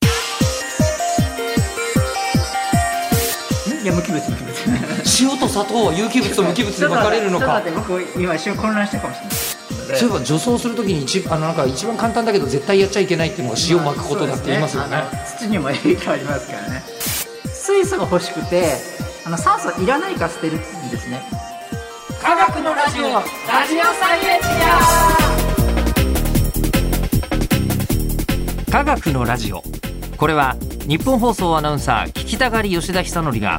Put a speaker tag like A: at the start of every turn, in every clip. A: 塩と砂糖は有機物と無機物に分かれるのか
B: ちょっと待って僕今一瞬混乱したかもしれない
A: そういえば除草するときに一あのなんか一番簡単だけど絶対やっちゃいけないっていうのが塩まくことだって言いますよね,、
B: あそうですねあの土にも影響ありますからね水素が欲しくてあの酸素いらないから捨てるんですね
A: 科学のラジオラジオサイエンティア科学のラジオこれは日本放送アナウンサー聞きたがり吉田久典が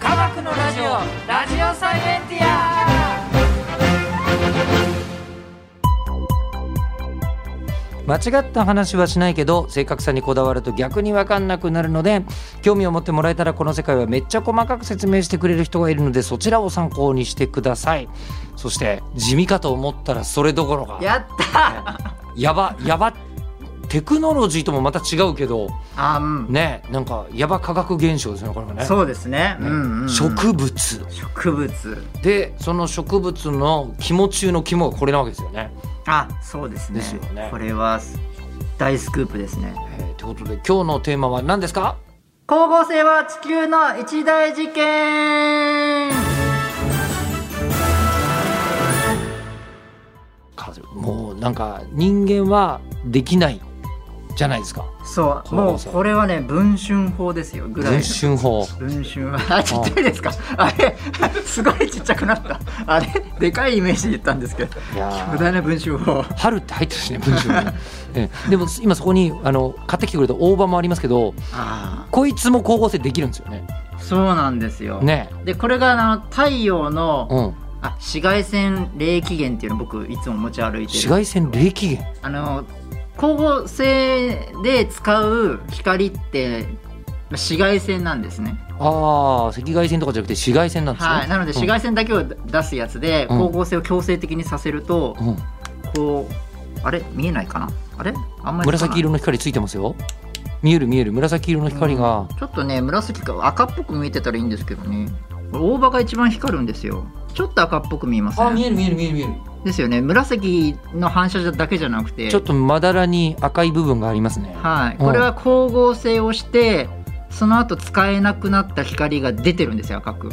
A: 科学のラジオラジオサイエンティア間違った話はしないけど正確さにこだわると逆に分かんなくなるので興味を持ってもらえたらこの世界はめっちゃ細かく説明してくれる人がいるのでそちらを参考にしてくださいそして地味かと思ったらそれどころか
B: やった
A: やばやばテクノロジーともまた違うけど
B: あうん、
A: ねなんかやば科学現象ですねこれはね
B: そうですねうんうん、うん、
A: 植物
B: 植物
A: でその植物の肝中の肝がこれなわけですよね。
B: あそうですね
A: ですよね
B: これは大スクープですね
A: えーということで今日のテーマは何ですか
B: 光合成は地球の一大事件
A: もうなんか人間はできないじゃないですか
B: そう
A: 光
B: も
A: 合
B: う
A: 成
B: これはね文春法ですよぐらいの
A: 文春 法
B: 文春はあちっちゃいですかあれ すごいちっちゃくなったあれでかいイメージで言ったんですけど
A: いやー
B: 巨大な文春法
A: 春って入ってるしね文春法 ええでも今そこにあの買ってきてくれた大葉もありますけど
B: あ
A: こいつも光合成できるんですよね
B: あそうなんですよ、
A: ね
B: でこれがあの太陽の、
A: うん
B: あ紫外線冷気源っていうの僕いつも持ち歩いて
A: 紫
B: る
A: 外線冷気源
B: あの光合成で使う光って紫外線なんですね、
A: ああ赤外線とかじゃなくて紫外線なんですね
B: はい、なので紫外線だけを出すやつで
A: うん
B: 光合成を強制的にさせると、
A: うんうん
B: こうあれ見えないかなあれあんまりつかない
A: 紫色の光ついてますよ見える見える紫色の光が
B: ちょっとね紫か赤っぽく見えてたらいいんですけどねこれ大葉が一番光るんですよちょっと赤っぽく見えます
A: あ見
B: ね
A: える見える見える見える
B: ですよね紫の反射だけじゃなくて
A: ちょっとまだらに赤い部分がありますね
B: はい、
A: うん
B: これは光合成をしてその後使えなくなった光が出てるんですよ赤く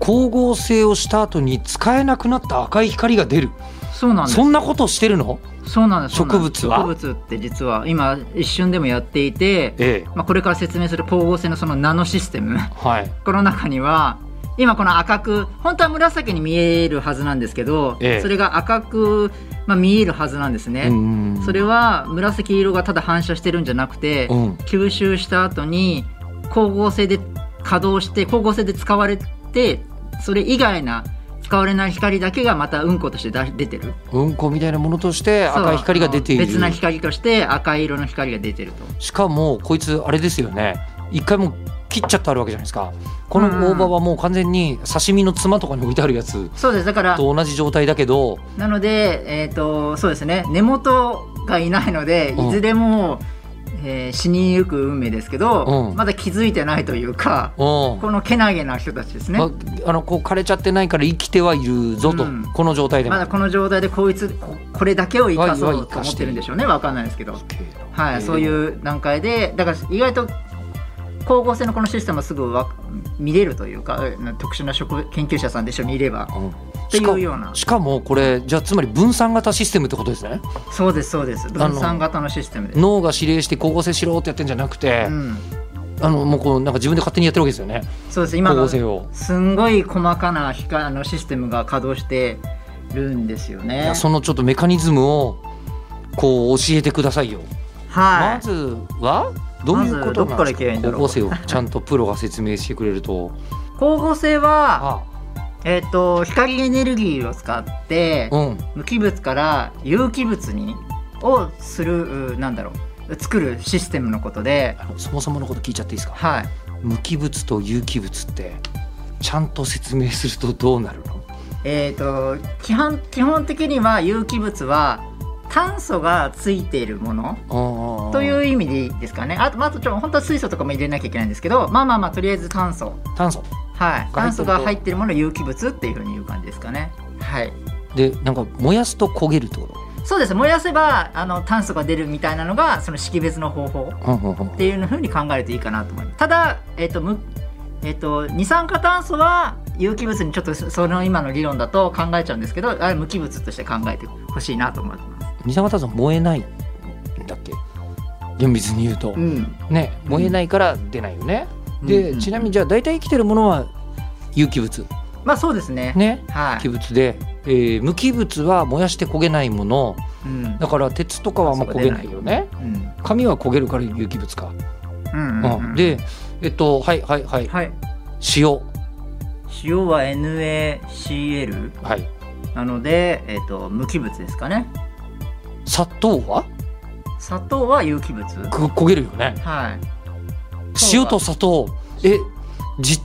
A: 光合成をした後に使えなくなった赤い光が出る
B: そうなんです
A: そんなことしてるの
B: そうなんですそうなんです
A: 植物は
B: 植物って実は今一瞬でもやっていて、
A: ええ
B: まあ、これから説明する光合成のそのナノシステム
A: はい
B: この中には今この赤く本当は紫に見えるはずなんですけど、
A: ええ
B: それが赤く、まあ、見えるはずなんですね、
A: うん
B: それは紫色がただ反射してるんじゃなくて、
A: うん
B: 吸収した後に光合成で稼働して光合成で使われてそれ以外な使われない光だけがまたうんことして出出てる
A: うんこみたいなものとして赤い光が出てい
B: そ
A: る
B: う別な光として赤い色の光が出てると
A: しかもこいつあれですよね一回もう切っちゃってあるわけじゃないですかこの大葉はもう完全に刺身のつまとかに置いてあるやつ
B: そうですだから
A: と同じ状態だけど
B: なのでえっ、とそうですね根元がいないので
A: うん
B: いずれも、えー死にゆく運命ですけど、
A: うん
B: まだ気づいてないというか
A: うん
B: このけなげな人たちですね
A: まあのこう枯れちゃってないから生きてはいるぞと、
B: うん
A: この状態でも、
B: まだこの状態でこいつここれだけを生かそうと思ってるんでしょうねわかんないですけどはい、そう
A: う
B: いう段階でだから意外と光合成のこのシステムはすぐわ見れるというかうん特殊な職研究者さんと一緒にいれば
A: ん
B: っていうような
A: しかもこれじゃあつまり分散型システムってことですね
B: そうですそうです
A: の
B: 分散型のシステムです、
A: 脳が指令して光合成しろってやってんじゃなくて、
B: うん、
A: あのもうこうなんか自分で勝手にやってるわけですよね
B: そうです今
A: 光合
B: が
A: 成を。
B: すんごい細かな光あのシステムが稼働してるんですよ
A: い
B: ね
A: やそのちょっとメカニズムをこう教えてくださいよ。
B: は
A: まずはどういうことなん
B: まずどっから
A: で
B: い
A: す
B: けばいいんだ
A: 光
B: ろう
A: 合成をちゃんとプロが説明してくれ ると。
B: い光合成は
A: あ
B: えー、と光エネルギーを使って
A: うん
B: 無機物から有機物にをするうなんだろう作るシステムのことで
A: あのそもそものこと聞いちゃっていいですか
B: はい
A: 無機物と有機物ってちゃんと説明するとどうなるの
B: えー、と基本基本的には有機物は炭素がついているもの
A: ああ
B: という意味でいいですかねあと,、まあ、あとちょ本当は水素とかも入れなきゃいけないんですけどまあまあまあとりあえず炭素
A: 炭素
B: はい
A: が入ってると
B: 炭素が入っているものを有機物っていうふうに言う感じですかねはい
A: でなんか燃やすと焦げるってこ
B: そうです燃やせばあの炭素が出るみたいなのがその識別の方法
A: とうんうんうん
B: っていうふうに考えるといいかなと思います。ただ、えっとむえっと二酸化炭素は有機物にちょっとそその今の理論だと考えちゃうんですけどあれ無機物として考えてほしいなと思います。
A: 二酸化炭素燃えないんだっけ厳密に言うと、
B: うん、
A: ね燃えないから出ないよね、で、
B: うん
A: ちなみにじゃあ大体生きてるものは有機物
B: まあそうですね。
A: ね
B: は
A: 無機物で、えー無機物は燃やして焦げないもの
B: い。うん。
A: だから鉄とかはあんま焦げないよね
B: うん。
A: 紙は焦げるから有機物か、
B: うん
A: う
B: うん
A: ん
B: うん。
A: でえっとはいはいはい
B: はい。
A: 塩
B: 塩は NaCl
A: はい
B: なので、えっと無機物ですかね。
A: 砂糖は
B: 砂糖は有機物。
A: く焦げるよね
B: はい。
A: 塩と砂糖えじ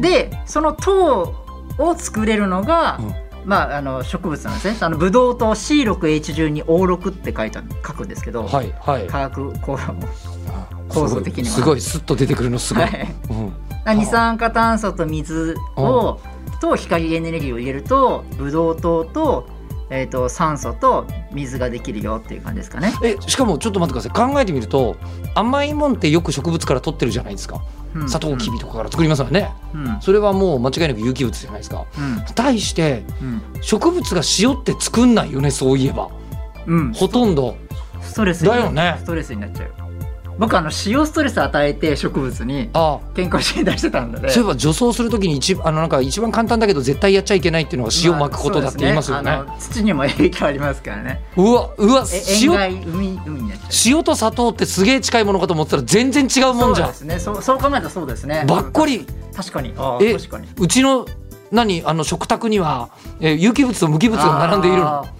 B: でその糖を作れるのが、
A: うん
B: まあ、あの植物なんですねあのブドウ糖 C6H12 に O6 って書いてある書くんですけど、
A: はいはい
B: 化学構造構造的には
A: すごいすごいスッと出てくるのすごい、
B: はい
A: うん、
B: 二酸化炭素と水を、と光エネルギーを入れるとブドウ糖と,、えー、と酸素と水ができるよっていう感じですかね。
A: えしかもちょっと待ってください考えてみると甘いもんってよく植物から取ってるじゃないですか
B: うん
A: 砂糖きびとかから作りますよね、
B: うんうん
A: それはもう間違いなく有機物じゃないですか対して
B: うん
A: 植物が塩って作んないよねそういえば
B: うん
A: ほとんど
B: ストレスにな
A: だよね
B: ストレスになっちゃう僕あの塩ストレス与えて植物に
A: あ
B: 健康診断してたんだね
A: そういえば除草するときに一番あのなんか一番簡単だけど絶対やっちゃいけないっていうのが塩まくことだって言いますよね,、
B: あそうですねあの土にも影響ありますからね。
A: うわうわ
B: え塩
A: 塩
B: 害海海になっちゃう。
A: 塩と砂糖ってすげえ近いものかと思ってたら全然違うもんじゃ
B: そうですね。そうそう考えたらそうですね。
A: んばっこり
B: 確かに。あ
A: え
B: ー確かに。
A: うちの何あの食卓には、えー有機物と無機物が並んでいるの
B: あー。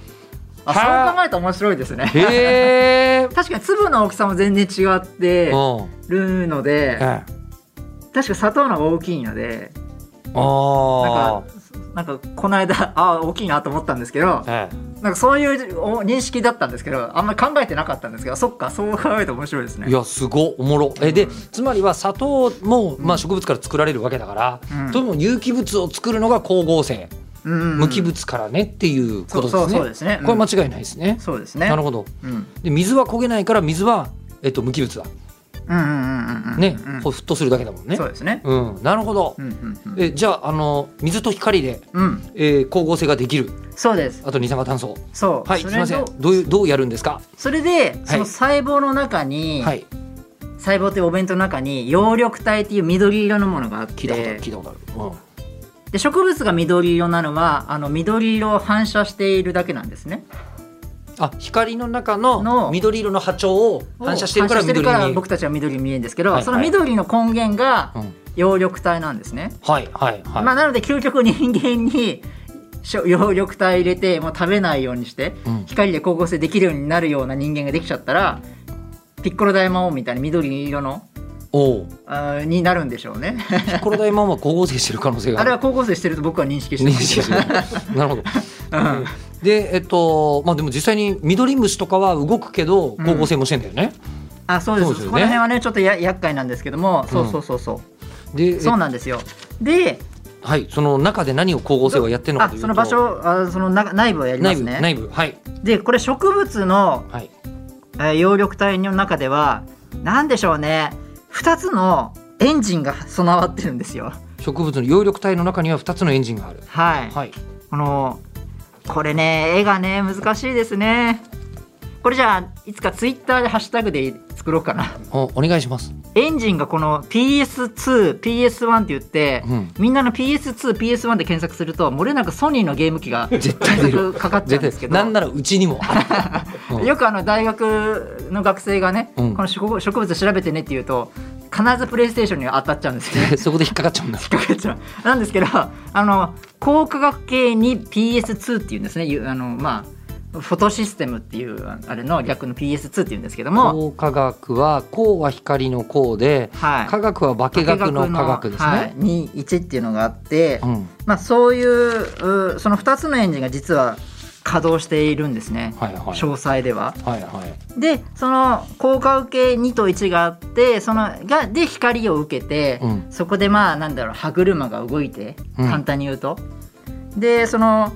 B: あそう考えたら面白いですね。
A: へえ、
B: 確かに粒の大きさも全然違って
A: うん
B: るので、
A: ええ
B: 確か砂糖の方が大きいので、なん
A: あ
B: かなんかこの間あー大きいなと思ったんですけど
A: あ、、ええ
B: なんかそういうお認識だったんですけど、あんまり考えてなかったんですけど、そっかそう考えると面白いですね。
A: いやすごいおもろえで
B: うん
A: つまりは砂糖も、
B: ん
A: まあ、植物から作られるわけだから、
B: うん
A: とても有機物を作るのが光合成、
B: うん
A: 無機物からねっていうことですね
B: そうそうそうですね。うん
A: これ間違いないですね、
B: そうですね。
A: なるほど
B: うん
A: で水は焦げないから水は、えっと、無機物だ
B: うんうんうんうんうん
A: ね、
B: うん
A: こう沸騰するだけだもんね
B: そうですね。
A: うんなるほど、
B: うんうんうん。
A: えじゃああの水と光で、
B: うん、
A: えー光合成ができる
B: そうです。
A: あと二酸化炭素
B: そう。
A: はいす
B: そ
A: み
B: れ
A: ません
B: と
A: どういうどうやるんですか
B: それで、その細胞の中に、
A: はい
B: 細胞というお弁当の中に葉緑体っていう緑色のものがあっ
A: 聞いたことある
B: て
A: 聞いたことある、うん
B: で植物が緑色なのはあの緑色を反射しているだけなんですね。
A: あ光の中の
B: の
A: 緑色の波長を反射してるから
B: 反射して
A: 緑
B: る
A: に
B: から僕たちは緑に見えるんですけど、
A: はいはい
B: その緑の根源が
A: うん
B: 葉緑体なんですね。
A: はいはいはい、
B: まあ、なので究極人間にしょ 葉緑体入れてもう食べないようにして、
A: うん
B: 光で光合成できるようになるような人間ができちゃったらピッコロ大魔王みたいに緑色の
A: おう
B: あーになるんでしょうね
A: ピッコロ大魔王は光合成してる可能性が
B: あ
A: あ
B: れは
A: る
B: 光合成してると僕は認識して
A: 認
B: ま
A: 識
B: す
A: してる なるほど
B: うん
A: でえっとまあでも実際に緑虫とかは動くけど光合成もしてんだよね、
B: あそうですそ
A: そ
B: う
A: ですよね
B: この辺はねちょっとや厄介なんですけどもそううんそうそうそう、
A: でえ
B: そうなんですよで
A: はいその中で何を光合成はやってるのか
B: あ
A: というと
B: その場所あそのな内部をやりま
A: 内
B: す
A: 部
B: ね
A: 内部はい
B: でこれ植物の
A: はい
B: えー葉緑体の中では何でしょうね2つのエンジンが備わってるんですよ
A: 植物の葉緑体の中には二つのエンジンがある
B: はい、
A: はい
B: このこれね絵がね難しいですねこれじゃあいつかツイッターでハッシュタグで作ろうかな
A: おお願いします
B: エンジンがこの PS2PS1 って言って、
A: うん
B: みんなの PS2PS1 で検索するともれなくソニーのゲーム機が
A: 絶対出る
B: かかっちゃ
A: 絶
B: うんですけ
A: 対
B: ど
A: なんならうちにもうん
B: よくあの大学の学生がね、
A: うん
B: この植植物調べてねって言うと必ずプレイステーションに当たっちゃうんですよね
A: そこで引っかかっちゃうんだ
B: 引っかかっちゃうなんですけどあの光化学系に PS2 っていうんですねゆあのまあフォトシステムっていうああれの逆の PS2 っていうんですけども、
A: 光化学は光は光の光で、
B: はい、
A: 化学は化学の化学ですね。
B: はい、に1っていうのがあって、
A: うん、
B: まあ、そういううその2つのエンジンが実は稼働しているんですね、
A: はいはい
B: 詳細では。
A: はいはい
B: でその効果受け2と1があってそのがで光を受けて、
A: うん
B: そこでまあなんだろう歯車が動いて
A: うん
B: 簡単に言うと。でその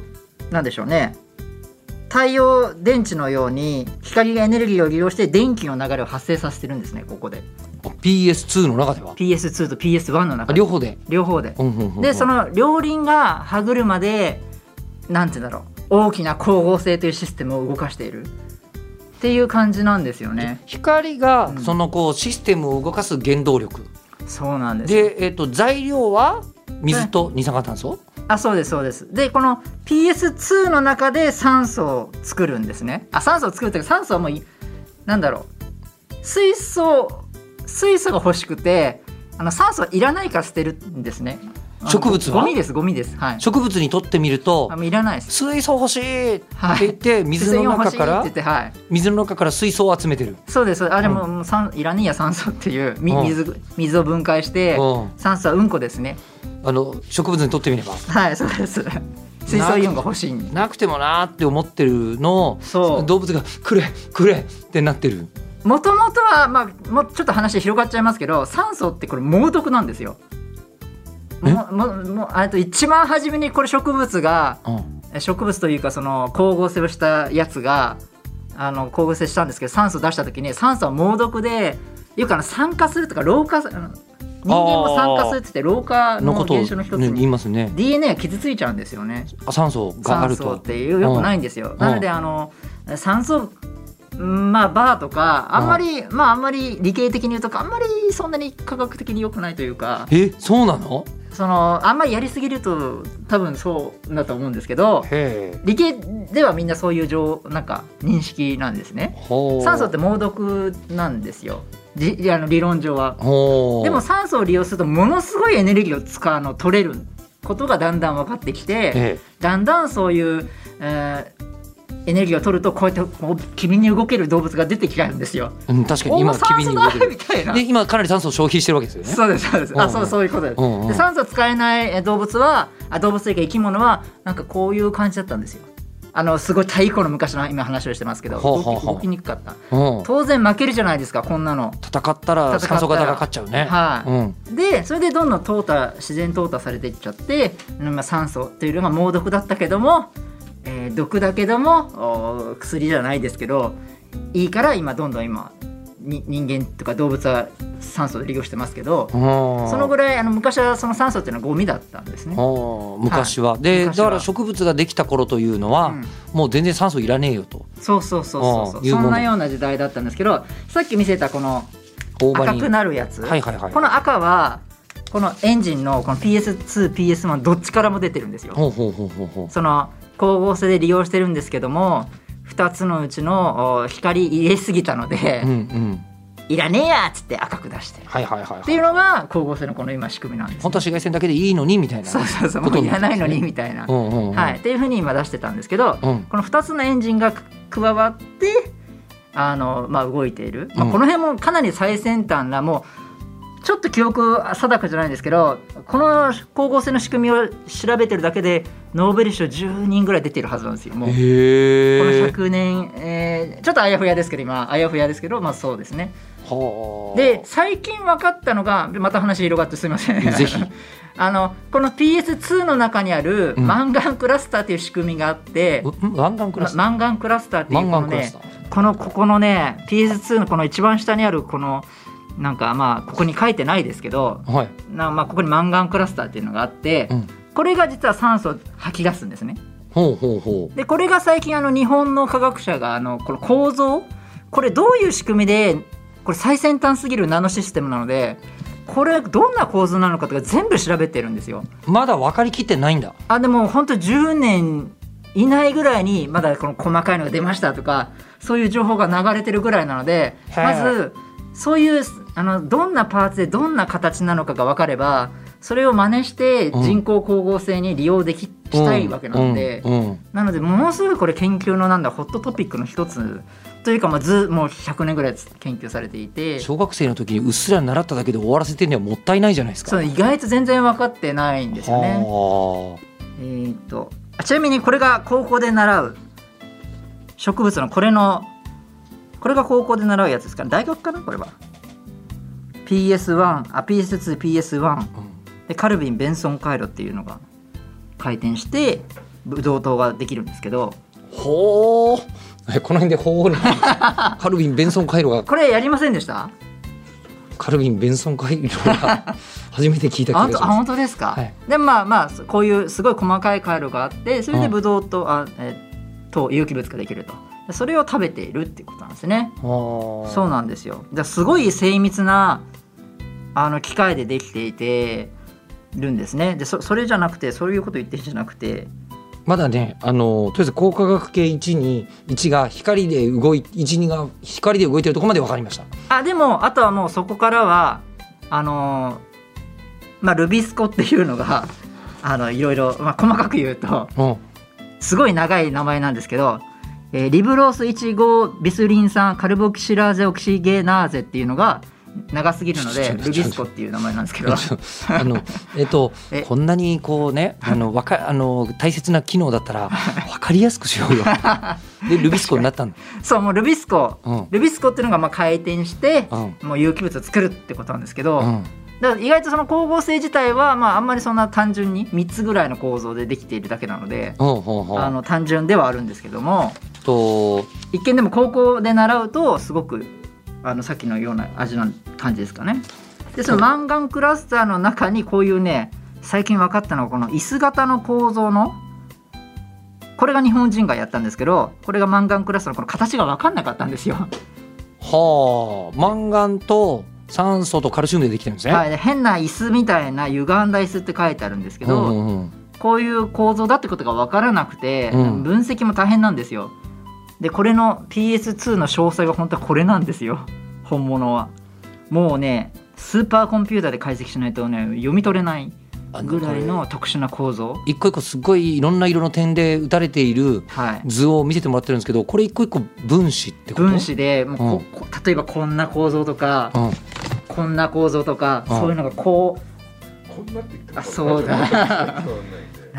B: なんでしょうね太陽電池のように光がエネルギーを利用して電気の流れを発生させてるんですねここで
A: あ PS2 の中では
B: PS2 と PS1 の
A: あ
B: 中で
A: 両方で
B: 両方で。
A: うんうんうんうん
B: でその両輪が歯車でなんて言うんだろう大きな光合成というシステムを動かしているっていう感じなんですよね。
A: 光
B: う
A: が
B: ん
A: そのこうシステムを動かす原動力、
B: そうなんです
A: で、えっと材料は水と二酸化炭素、
B: あそうですそうですでこの PS2 の中で酸素を作るんですねあ酸素を作るというか酸素はもういなんだろう水素水素が欲しくてあの酸素はいらないから捨てるんですねあの
A: 植物は
B: ゴミですゴミですはい
A: 植物にとってみると
B: あもういらないです
A: 水素欲しいって言って水
B: 水
A: の
B: 温欲
A: 中
B: しい
A: か
B: っ
A: ら
B: て言ってはい
A: 水の中から水素を集めてる、
B: そうですあでも,、
A: う
B: もう酸いらねえや酸素っていうみ
A: うん
B: 水水を分解して
A: うん、
B: 酸素はうんこですね
A: あの植物にとってみれば
B: はいそうです水素イオンが欲しいんで
A: なくてもなーって思ってるのを
B: そう
A: 動物が「くれくれ!」ってなってる
B: もともとは、まあ、もうちょっと話広がっちゃいますけど酸素ってこれ猛毒なんですよ。
A: え
B: もももあと一番初めにこれ植物が
A: うん
B: え植物というかその光合成をしたやつがあの光合成したんですけど酸素出した時に酸素は猛毒でよくあの酸化するとか老化すあの人間も酸化するって言って老化
A: の
B: の
A: ことを、
B: 現象の
A: ね
B: 一つ、
A: 言い
B: に
A: ますね
B: DNA が傷ついちゃうんですよね。
A: あ酸素があ
B: 酸
A: る
B: 素っ
A: と
B: ていうよくないんですよ。
A: ん
B: なのであの酸素うんまあバーとかあんまり、まああんまり理系的に言うとかあんまりそんなに科学的に良くないというか
A: えそうなの
B: そのあんまりやりすぎると多分そうだと思うんですけど
A: へ
B: 理系ではみんなそういう情なんか認識なんですね
A: え。ほう
B: 酸素って猛毒なんですよじあの理論上は。
A: ほう
B: でも酸素を利用するとものすごいエネルギーを使うあの取れることがだんだん分かってきて。
A: え
B: だんだんそういう、えーエネルギーを取るとこうやってこう機敏に動ける動物が出てきたんですよ。
A: えうん、確かに
B: お
A: 今
B: も
A: 機
B: 酸
A: 敏
B: 素
A: に動
B: だ
A: いてる
B: みたいな
A: で。今かなり酸素を消費してるわけですよね
B: そうですそうです。
A: う
B: あ
A: ん
B: そうそういうことです。
A: うんうん
B: で酸素使えないえ動物はあ動物というか生き物はなんかこういう感じだったんですよ。あのすごい太古の昔の今話をしてますけど
A: ほうほう
B: 動き
A: ほう
B: 動きにくかった
A: うん、
B: 当然負けるじゃないですかこんなの。
A: 戦ったら酸素型が勝っちゃうね
B: はい、
A: うん、
B: でそれでどんどん淘汰自然淘汰されていっちゃって、まあ、酸素っていうのが猛毒だったけども、えー毒だけどもおー薬じゃないですけどいいから今どんどん今に人間とか動物は酸素で利用してますけど
A: そ
B: そのぐ
A: らい
B: らいあの昔はその酸素っていうのはゴミだったんですね。
A: 昔は、で
B: 昔
A: だ
B: は
A: から植物ができた頃というのは、
B: うん
A: もう全然酸素いらねえよと
B: そうそうそうそう
A: あ
B: そ
A: あ
B: う
A: いうも
B: そ
A: の
B: んなような時代だったんですけどさっき見せたこの
A: 大葉
B: 赤
A: に
B: くなるやつ、
A: はいはいはい
B: この赤はこのエンジンのこの PS2PS1 どっちからも出てるんですよ。
A: ほうほうほうほうほう
B: その光合成で利用してるんですけども2つのうちのお光入れすぎたので、
A: うんうん
B: いらねえやっつって赤く出してる
A: はいはいはい、はい、
B: っていうのが光合成のこの今仕組みなんです、
A: 本当は紫外線だけでいいのにみたいな
B: そうそうそう
A: こ
B: も
A: と
B: う
A: に
B: い
A: な
B: ら
A: るん
B: ない
A: ですね
B: のにみたいな、
A: うんうんうん
B: はい、っていうふうに今出してたんですけど、
A: うん
B: この2つのエンジンが加わってあの、まあ、動いている、まあ
A: うん
B: この辺もかなり最先端なもうちょっと記憶定かじゃないんですけどこの光合成の仕組みを調べてるだけでノーベル賞10人ぐらい出てるはずなんですよもうこの
A: へえ
B: 100年、えーちょっとあやふやですけど今あやふやですけどまあそうですね
A: はあ
B: で最近分かったのがまた話広がってすみません
A: ぜひ
B: あのこの PS2 の中にある
A: うん
B: マンガンクラスターという仕組みがあって、
A: ううんマンガンクラ
B: ま
A: スタ
B: マンガンクラスターって
A: ー
B: い
A: マ
B: う
A: ン
B: この
A: ガンクラス
B: ね
A: ター
B: このここのね PS2 のこの一番下にあるこのなんかまあここに書いてないですけど
A: はい、
B: なまあここにマンガンクラスターっていうのがあって、
A: うん、
B: これが実は酸素を吐き出すんですね。
A: ほうほうほ
B: でこれが最近あの日本の科学者があのこの構造これどういう仕組みでこれ最先端すぎるナノシステムなのでこれどんな構造なのかとか全部調べてるんですよ。
A: うまだ分かりきってないんだ
B: あでも本当10年以内ぐらいにまだこの細かいのが出ましたとかそういう情報が流れてるぐらいなので
A: へえ
B: まずそういうあのどんなパーツでどんな形なのかが分かればそれを真似して
A: うん
B: 人工光合成に利用でき、したいわけなので。
A: うんうん
B: なのでものすごいこれ研究のなんだホットトピックの一つというかまあずもう100年ぐらい研究されていて
A: 小学生の時にうっすら習っただけで終わらせてにはもったいないじゃないですか。
B: そう意外と全然分かってないんですよね。
A: は
B: えーっとあちなみにこれが高校で習う植物のこれのこれが高校で習うやつですから大学かなこれは PS1 あ PS2PS1 でカルビン・ベンソン回路っていうのが回転してブドウ糖ができるんですけど
A: ほうえこの辺でほ うなんカルビン・ベンソン回路が
B: これやりませんでした
A: カルビン・ベンソン回路が初めて聞いた気
B: あ
A: が
B: 本
A: し
B: 当あ
A: ます
B: 本当ですか、
A: はい
B: でまあまあこういうすごい細かい回路があってそれでブドウと、あえと有機物ができるとでそれを食べているっていうことなんですね
A: あ
B: そう
A: う
B: なんですよだからすごい精密なあの機械でできていてるんですねでそそれじゃなくてそういうこと言ってるんじゃなくて
A: まだねあのとりあえず光化学系1に1が光で動い12が光で動いてるところまで分かりました
B: あでもあとはもうそこからはあのーまあルビスコっていうのがあのいろいろ、まあ、細かく言うと
A: うん
B: すごい長い名前なんですけど、えーリブロース1 5ビスリン酸カルボキシラーゼオキシゲナーゼっていうのが長すぎるの
A: ち
B: で
A: ょっと
B: ルビスコっていう名前なんですけど
A: あのえっと
B: え
A: こんなにこうねあのわかあの大切な機能だっ たら分かりやすくしようよでルビスコになったんだ、
B: そうもうルビスコ
A: うん
B: ルビスコっていうのがまあ回転して
A: うん
B: もう有機物を作るってことなんですけど、
A: うん、
B: だから意外とその光合成自体はまああんまりそんな単純に3つぐらいの構造でできているだけなので、
A: ほうほうほう
B: あの単純ではあるんですけども
A: と
B: 一見でも高校で習うとすごくあのさっきのような味な感じですかね。でそのマンガンクラスターの中にこういうね最近分かったのはこの椅子型の構造のこれが日本人がやったんですけどこれがマンガンクラスターのこの形が分かんなかったんですよ。
A: はあマンガンと酸素とカルシウムでできてるんですね、
B: はい、で変な椅子みたいな歪んだ椅子って書いてあるんですけ
A: う
B: ど、
A: んうんうん
B: こういう構造だってことが分からなくて、
A: うん
B: 分析も大変なんですよでこれの PS2 の詳細が本当はこれなんですよ 本物はもうねスーパーコンピューターで解析しないとね読み取れない
A: あの
B: ぐらいの特殊な構造
A: 一個一個すごいいろんな色の点で打たれている
B: はい
A: 図を見せてもらってるんですけどこれ一個一個分子ってこと
B: 分子でもうこ、こ例えばこんな構造とか
A: うん
B: こんな構造とか
A: うん
B: そういうのがこ
C: こんなって言っても
B: あそうだ
C: 伝わんないんで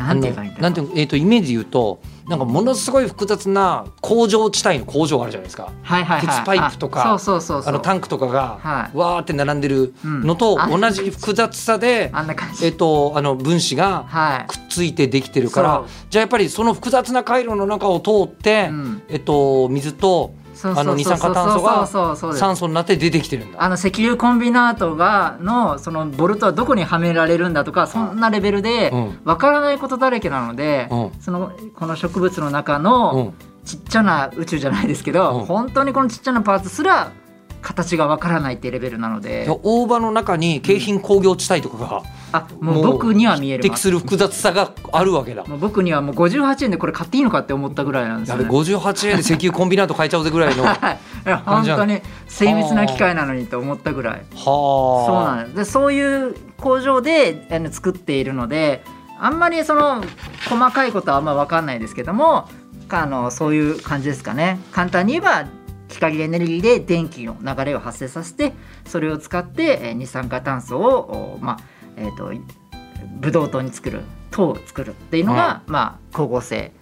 B: うなんて言えばいいんだろう
A: あのなんていうえっ、とイメージで言うとなんかものすごい複雑な工場地帯の工場あるじゃないですか
B: はいはいはい
A: 鉄パイプとか
B: あそうそうそうそう
A: あのタンクとかが
B: はい
A: わーって並んでるのと
B: うんあ
A: 同じ複雑さで、
B: あんな感じ
A: えっとあの分子が
B: はい
A: くっついてできてるから
B: そ
A: じゃあやっぱりその複雑な回路の中を通って、
B: うん
A: えっと、水と
B: そうそうそうそう
A: あの二酸化炭素が
B: そうそうそうそうです
A: 酸素になって出てきてるんだ。
B: あの石油コンビナートがのそのボルトはどこにはめられるんだとかそんなレベルで
A: うん
B: わからないことだらけなので、
A: うん
B: そのこの植物の中
A: う
B: の
A: ん、
B: ちっちゃな宇宙じゃないですけど、
A: うん
B: 本当にこのちっちゃなパーツすら形がわからないっていうレベルなの
A: い
B: で
A: や大葉の中に京浜工業地帯とかが
B: あもう僕には見える
A: 匹敵する複雑さがあるわけだ。
B: もう僕にはもう58円でこれ買っていいのかって思ったぐらいなんです
A: や
B: よ
A: べ
B: ね。
A: 58円で石油コンビナート買えちゃうぜぐら いのは
B: はいいや本当に精密な機械なのにと思ったぐらい。
A: あ
B: そうなんですでそういう工場であの作っているのであんまりその細かいことはあんま分かんないですけどもあのそういう感じですかね簡単に言えば光エネルギーで電気の流れを発生させてそれを使ってえー二酸化炭素を、おまあえー、とブドウ糖に作る糖を作るっていうのが、まあ、光合成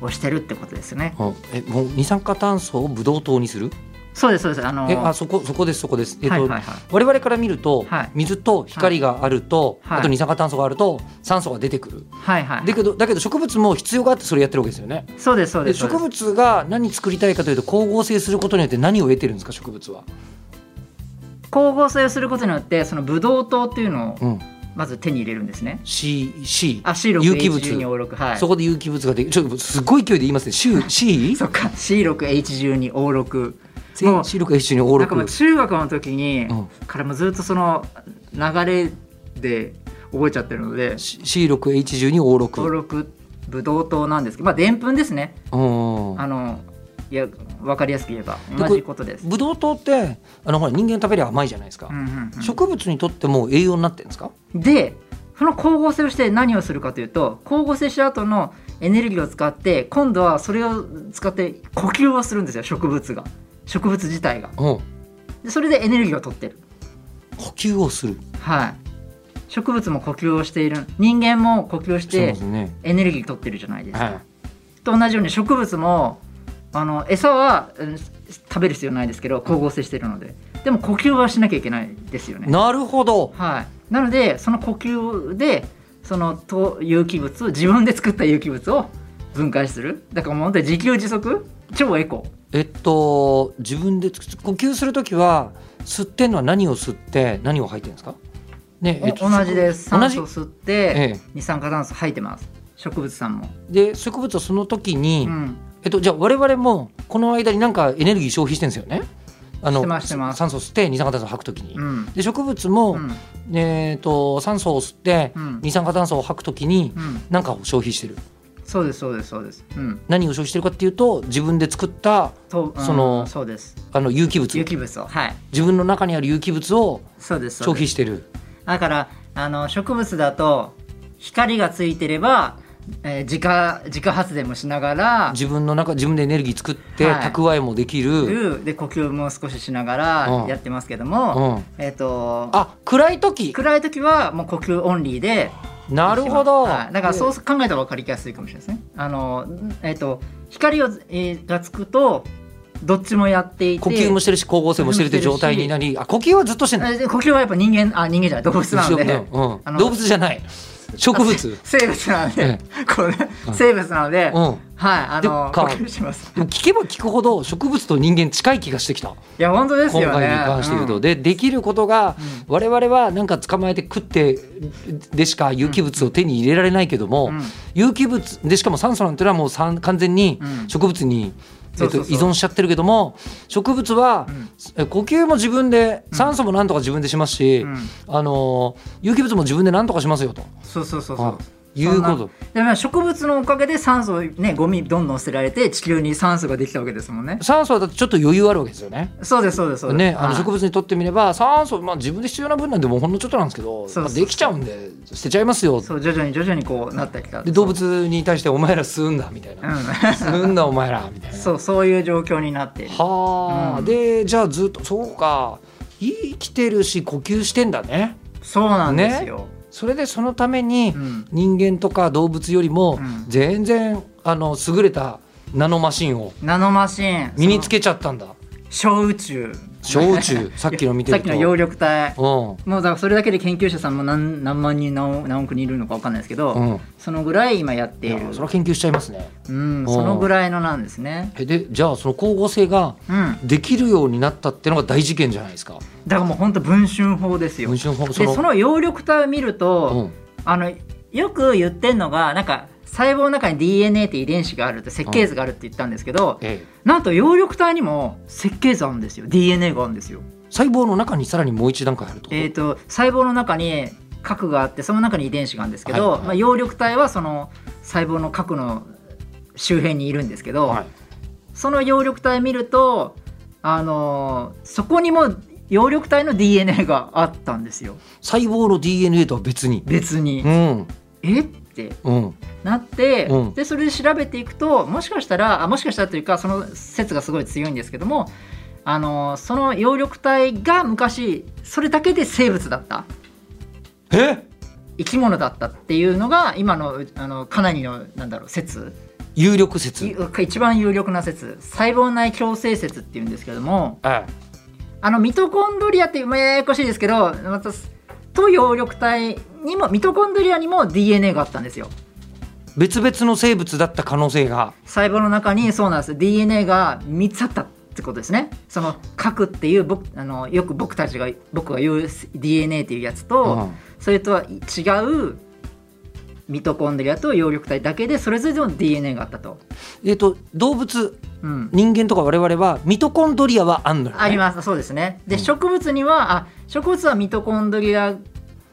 B: をしてるってことですね。
A: うんえもう二酸化炭素をブドウ糖にする
B: そうですそうですあの
A: えあそこそこですそこです、えっと
B: はいはいはい
A: 我々から見ると、
B: はい
A: 水と光があると、
B: はい
A: あと二酸化炭素があると酸素が出てくる、
B: はいはい
A: だけどだけど植物も必要があってそれやってるわけですよね
B: そうですそう
A: で
B: ですそう
A: 植
B: です
A: 物が何作りたいかというと光合成することによって何を得てるんですか植物は、
B: 光合成をすることによってそのブドウ糖っていうのを
A: うん、
B: まず手に入れるんですね。
A: C, C
B: あ C6
A: 有機
B: H12O6
A: 物、
B: はい。
A: そこで有機物ができるちょっとすごい勢いで言いますね C, C?
B: そっか C6 H12O6 も
A: 全
B: う
A: 視力が一緒にオー
B: なんかもう中学の時に、
A: うん
B: からもうずっとその流れで覚えちゃってるので
A: C6H12 オーロク。
B: O6 ブドウ糖なんですけどまあでんぷんですね。
A: うん
B: あのいやわかりやすく言えば
A: で
B: 同じことです。
A: ブドウ糖ってあのほら人間食べりゃ甘いじゃないですか、
B: うんうんうん
A: 植物にとっても栄養になってるんですか
B: でその光合成をして何をするかというと光合成した後のエネルギーを使って今度はそれを使って呼吸をするんですよ植物が植物自体が
A: うん
B: でそれでエネルギーを取ってる
A: 呼吸をする
B: はい植物も呼吸をしている人間も呼吸をし
A: そう
B: て
A: ですね
B: エネルギー取ってるじゃないですか、
A: はい
B: と同じように植物もあの餌はうん食べる必要ないですけど光合成してるのででも呼吸はしなきゃいけないですよね
A: なるほど
B: はい、なのでその呼吸でそのと有機物を自分で作った有機物を分解するだからもう本当に自給自足超エコ
A: えっと自分でつくつ呼吸するときは吸ってんのは何を吸って何を吐いてるんですかねえっと
B: お同じです
A: 同
B: 酸
A: じ
B: 素を吸っ
A: え
B: て
A: え
B: 二酸化炭素吐いてます植物さんも、
A: で植物はその時に、
B: うん、
A: えっとじゃあ我々もこの間になんかエネルギー消費してんですよねあ
B: してますしてます
A: 酸素吸って二酸化炭素吐くときに、
B: うん
A: で植物も、
B: うん
A: えっと酸素を吸って
B: うん
A: 二酸化炭素を吐くときに
B: うん
A: 何かを消費してる
B: そうですそうですそうですうん
A: 何を消費してるかっていうと自分で作った
B: と、うん
A: その
B: そうです
A: あの有機物
B: 有機物をはい
A: 自分の中にある有機物を
B: そうですそ
A: 消
B: うで
A: 費
B: す
A: してる
B: だからあの植物だと光がついてれば、えー自家自家発電もしながら
A: 自分の中自分でエネルギー作って
B: はい
A: 蓄えもできる、
B: で呼吸も少ししなが
A: うん
B: らやってますけども、
A: うん
B: えっ、と
A: あ暗い時
B: 暗い時はもう呼吸オンリーで
A: なるほど、
B: はいだからそう考えたら分かりやすいかもしれないですねあのえっ、と光を、えーがつくとどっちもやっていて
A: 呼吸もしてるし光合成もしてるって状態になりあ呼吸はずっとしてない
B: えで呼吸はやっぱ人間あ人間じゃない動物なんで
A: うん
B: あの
A: 動物じゃない植 物
B: 生物なん
A: え
B: で、これ生物なので、
A: う
B: はい
A: ん
B: あ
A: で
B: の
A: か
B: 呼吸します
A: でも聞けば聞くほど植物と人間近い気がしてきた、
B: いや本当です
A: 今
B: よね
A: 回に関して言うと、
B: うん
A: でできることが、我々はなんか捕まえて食ってでしか有機物を手に入れられないけども、
B: うん
A: 有機物でしかも酸素なんてのはもうさん完全に
B: うん
A: 植物に、え
B: そ
A: っ
B: うそ
A: と、
B: うそう
A: 依存しちゃってるけども植物は、
B: ん
A: え呼吸も自分で酸素もなんとか自分でしますし、
B: うん
A: あのー有機物も自分でなんとかしますよと。
B: そうそうそうそう
A: あいうこと
B: でも植物のおかげで酸素をねゴミどんどん捨てられて地球に酸素ができたわけですもんね
A: 酸素はだってちょっと余裕あるわけですよね。
B: そうですそうですそうです
A: ね、あの
B: はい
A: 植物にとってみれば酸素、まあ、自分で必要な分なんでもうほんのちょっとなんですけ
B: そ
A: ど
B: うそうそう
A: まあできちゃうんで捨てちゃいますよ
B: そう徐々に徐々にこうなってきた
A: で動物に対して「お前ら吸うんだ」みたいな
B: う
A: 「吸うんだお前ら」みたい
B: ん
A: な。
B: そうそういう状況になっている
A: はあ、
B: うん
A: でじゃあずっとそうか生きてるし呼吸してんだね。
B: そうなんですよ、
A: それでそのために
B: うん
A: 人間とか動物よりも
B: うん
A: 全然あの優れたナノマシンを
B: ナノマシン
A: 身につけちゃったんだ。
B: その小宇宙
A: 小 宇宙さっきの見て
B: さ
A: る
B: っ
A: と。
B: きの葉緑体
A: うん
B: もうだからそれだけで研究者さんも何何万人何何億人いるのかわかんないですけど、
A: うん、
B: そのぐらい今やって
A: い
B: い
A: や
B: る
A: それは研究しちゃいますね。
B: うん
A: おう
B: そのぐらいのなんですね
A: えでじゃあその光合成が
B: うん
A: できるようになったっていうのが大事件じゃないですか。
B: だからもう本当文春法ですよ
A: 文春法
B: でその葉緑体を見ると、
A: うん
B: あのよく言ってんのがなんか細胞の中に DNA って遺伝子があるって設計図があるって言ったんですけど、
A: ええ
B: なんと葉緑体にも設計図あるんですよ DNA があるんですよ。
A: 細胞の中にさらにもう一段階あるってこと。
B: えー、と細胞の中に核があってその中に遺伝子があるんですけど、
A: はいはい
B: まあ、葉緑体はその細胞の核の周辺にいるんですけど、
A: はい
B: その葉緑体見ると、あのーそこにも葉緑体の DNA があったんですよ
A: 細胞の DNA とは別に。
B: 別に。
A: うん
B: えって
A: うん
B: なって、
A: うん
B: でそれで調べていくともしかしたらあもしかしたらというかその説がすごい強いんですけどもあのその葉緑体が昔それだけで生物だった
A: え
B: 生き物だったっていうのが今のあのかなりのなんだろう説
A: 有力説。
B: い
A: え
B: 一番有力な説細胞内共生説っていうんですけども
A: え
B: あのミトコンドリアっていうまあややこしいですけどまたと葉緑体にもミトコンドリアにも DNA があったんですよ。
A: 別々の生物だった可能性が。
B: 細胞の中にそうなんです DNA が3つあったってことですねその核っていう僕あのよく僕たちが僕が言う DNA っていうやつと、それとは違うミトコンドリアと葉緑体だけでそれぞれの DNA があったと、
A: えっと動物
B: うん、
A: 人間とか我々はミトコンドリアはあんのよね。
B: ありますそうですねで
A: うん
B: 植物にはあ植物はミトコンドリア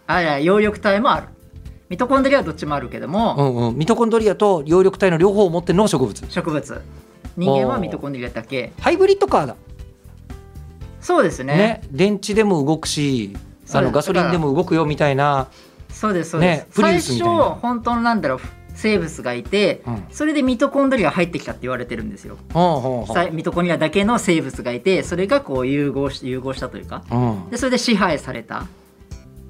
B: あいや葉緑体もあるミトコンドリアはどっちもあるけども、
A: うんうん、ミトコンドリアと葉緑体の両方を持ってるのが植物
B: 植物人間はミトコンドリアだけ
A: ハイブリッドカーだ
B: そうですね
A: ね、電池でも動くしあ
B: そうで
A: の
B: す
A: ガソリンでも動くよみたいな、
B: そうですそうです、
A: ねプリウ
B: 最
A: スみ
B: 初
A: たいな
B: 本当のなんだろう生物がいて、
A: うん
B: それでミトコンドリアが入ってきたって言われてるんですよ、
A: ほうほうほ
B: さミトコンドリアだけの生物がいてそれがこう融合し融合したというか
A: ううん、
B: でそれで支配された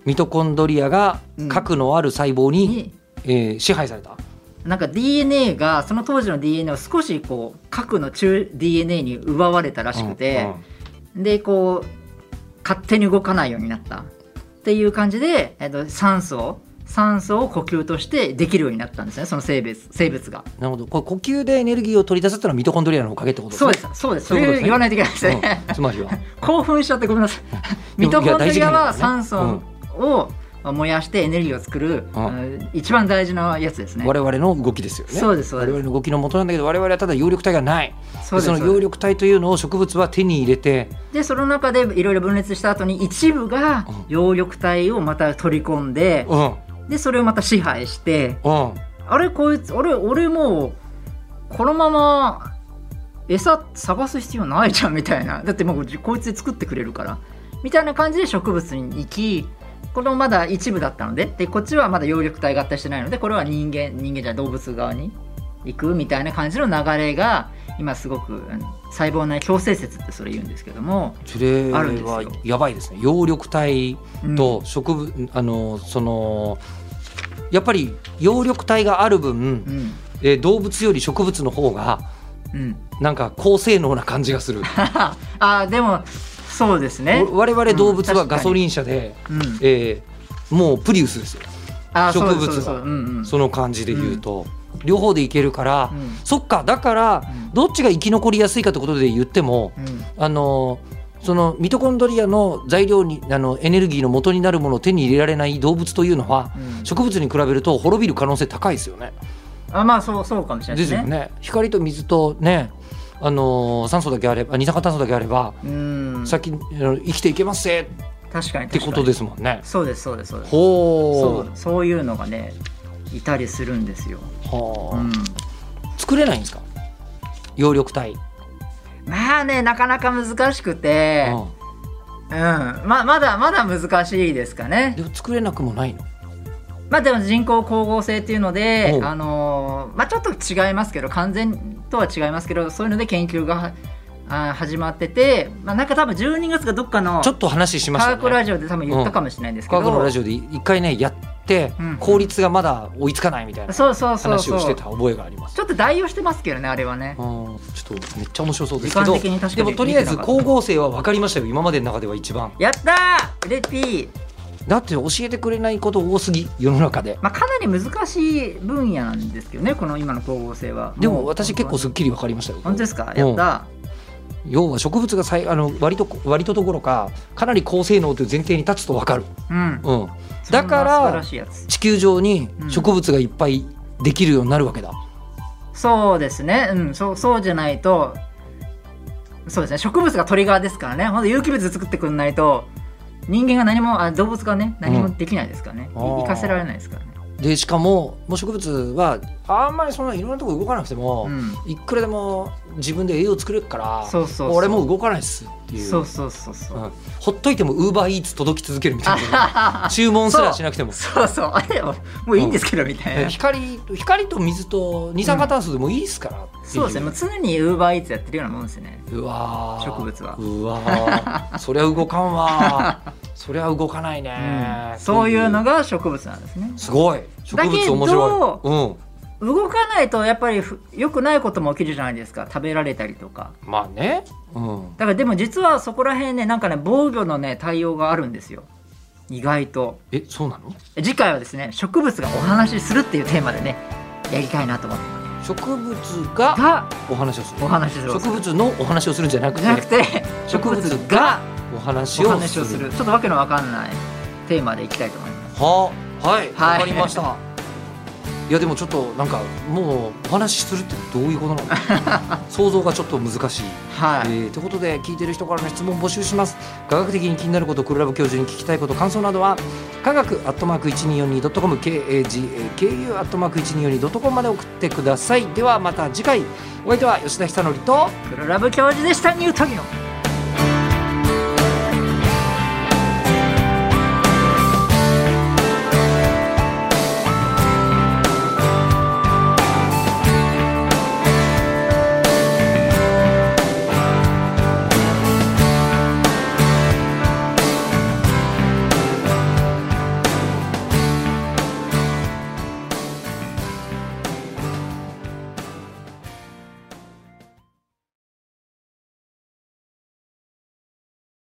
A: ミトコンドリアが
B: うん
A: 核のある細胞に、
B: に
A: えー支配された
B: なんか DNA がその当時の DNA を少しこう核の中 DNA に奪われたらしくて、でこう勝手に動かないようになったっていう感じで、えっと、酸素を酸素を呼吸としてできるようになったんですねその生物生物が
A: なるほどこれ呼吸でエネルギーを取り出すっていうのはミトコンドリアのおかげってことです
B: そう
A: ね
B: ですそうですそ
A: そ
B: うう
A: いうことですね
B: 言わないといけないです ね、
A: うんつまりは
B: 興奮しちゃってごめんなさいミトコンドリアは酸素を燃やしてエネルギーを作る、
A: うん
B: うん一番大事なやつですね
A: 我々の動きですよね
B: そうですそうです
A: 我々の動きの元なんだけど我々はただ葉緑体がない
B: そうです
A: そ
B: そう
A: の
B: です
A: 葉緑体というのを植物は手に入れて
B: でその中でいろいろ分裂した後に一部が
A: うん
B: 葉緑体をまた取り込んで、
A: うんうん
B: でそれをまた支配してあれこいつ俺俺もうこのまま餌探す必要ないじゃんみたいなだってもうこいつで作ってくれるからみたいな感じで植物に行きこのまだ一部だったのででこっちはまだ葉緑体合体してないのでこれは人間人間じゃない動物側に行くみたいな感じの流れが今すごくうん細胞内共生説ってそれ言うんですけども、
A: それ
B: あるんですよ
A: はやばいですね葉緑体
B: うん
A: と植物、あのそのやっぱり葉緑体がある分、
B: うん
A: えー動物より植物の方が
B: うん、
A: なんか高性能な感じがする
B: ああでもそうですね、
A: 我々動物は
B: うん確かに
A: ガソリン車で、
B: うん、
A: えーもうプリウスですよ
B: あ
A: 植物は
B: そうそうそうそううんうん
A: その感じで言うと、両方でいけるから、
B: うん
A: そっかだから、
B: うん
A: どっちが生き残りやすいかってことで言っても、
B: うん
A: あのそのミトコンドリアの材料にあのエネルギーの元になるものを手に入れられない動物というのは、
B: うん
A: 植物に比べると滅びる可能性高いですよね。
B: あまあそうそうかもしれない
A: で
B: ですすね
A: よね。光と水とね、あのー酸素だけあれば、二酸化炭素だけあれば、
B: うん
A: 先あの生きていけますぜっ
B: 確かに確か
A: て
B: に
A: ことですもんね。
B: そうですそうですそうですそ
A: ほ
B: うそういうのがねいたりするんですよ、
A: う。ほう
B: うん、
A: 作れないんですか。葉緑体。
B: まあねなかなか難しくて、うん
A: う
B: ままだまだ難しいですか
A: ん
B: ね
A: でも作れなくもないの。
B: まあでも人工光合成っていうの
A: お
B: で
A: う
B: あのーまあちょっと違いますけど完全とは違いますけどそういうので研究があ始まってて、まあ、なんか多分12月かどっかの
A: ちょっと話しまし
B: 科
A: た
B: 学
A: ね。
B: ラジオで多分言ったかもしれないんですけ
A: 科
B: ど、
A: 学のラジオで一回ねやって、
B: うん
A: 効率がまだ追いつかないみたいな
B: そうそうそう
A: 話
B: そう
A: をしてた覚えがあります。
B: ちょっと代用してますけどねあれはね
A: うん、ちょっとめっちゃ面白そうですけ
B: 時
A: ど
B: 間的に確か
A: で
B: に
A: もとりあえず
B: 見てなかった
A: 光合成は分かりましたよ今までの中では一番
B: やったーレッピー、
A: だって教えてくれないこと多すぎ世の中で
B: まあ、かなり難しい分野なんですけどねこの今の光合成は
A: で
B: う
A: も私結構すっきり分かりましたよ
B: 本当ですかやった
A: 要は植物がさいあの割と割とどころかかなり高性能という前提に立つと分かる、
B: ーうん
A: うん、
B: そん
A: だか
B: な素晴ら
A: ら
B: しいやつ
A: 地球上に
B: うん
A: 植物がいっぱいできるようになるわけだ、
B: そうですねうんそうそうじゃないとそうですね植物がトリガーですからねほんと有機物作ってくんないと人間が何もあ動物がね何もできないですからね、
A: う
B: い
A: ん
B: 生かせられないですからね
A: でしかももう植物はあんまりそんないろんなとこ動かなくても、
B: うん
A: いくらでも自分で栄養作れるから
B: そうそうそう
A: 俺もう動かないっすっていう
B: そうそうそうそう、
A: うんほっといてもウーバーイーツ届き続けるみたい な注文すらしなくても
B: そうそうあれもういいんですけどみたい
A: え
B: な
A: 光と光と水と二酸化炭素でもいいですから、ってい
B: そうですねもう常にウーバーイーツやってるようなもんですよね
A: うわー
B: 植物は
A: うわーそりゃ動かんわ ーそりゃ動かないね、
B: うんそういうの
A: が
B: が植物なんですね
A: すごい植物面白
B: だ
A: いうん
B: 動かないとやっぱりふ良くないことも起きるじゃないですか食べられたりとか
A: まあねうん
B: だからでも実はそこら辺ねなんかね防御のね対応があるんですよ意外と
A: えそうなの
B: 次回はですね植物がお話しするっていうテーマでねやりたいなと思って
A: 植物が
B: が
A: お話をする
B: お話しする
A: 植物のお話をするんじゃなく
B: じゃなく
A: て
B: て
A: 植
B: 植
A: 物
B: 物
A: が
B: が
A: お話
B: お
A: を
B: 話
A: す
B: を
A: る
B: するちょっとわけのわかんないテーマでいきたいと思います
A: はあはいわ、
B: はい
A: かりましたいやでもちょっとなんかもうお話しするってどういうことな の想像がちょっと難しい
B: はい、
A: えーということで聞いてる人からの質問を募集します科学的に気になることクルラブ教授に聞きたいこと感想などは科学アットマーク 1242.com KAGAKU アットマーク 1242.com まで送ってくださいではまた次回お相手は吉田久典と
B: 黒ラブ教授でしたニュートリノ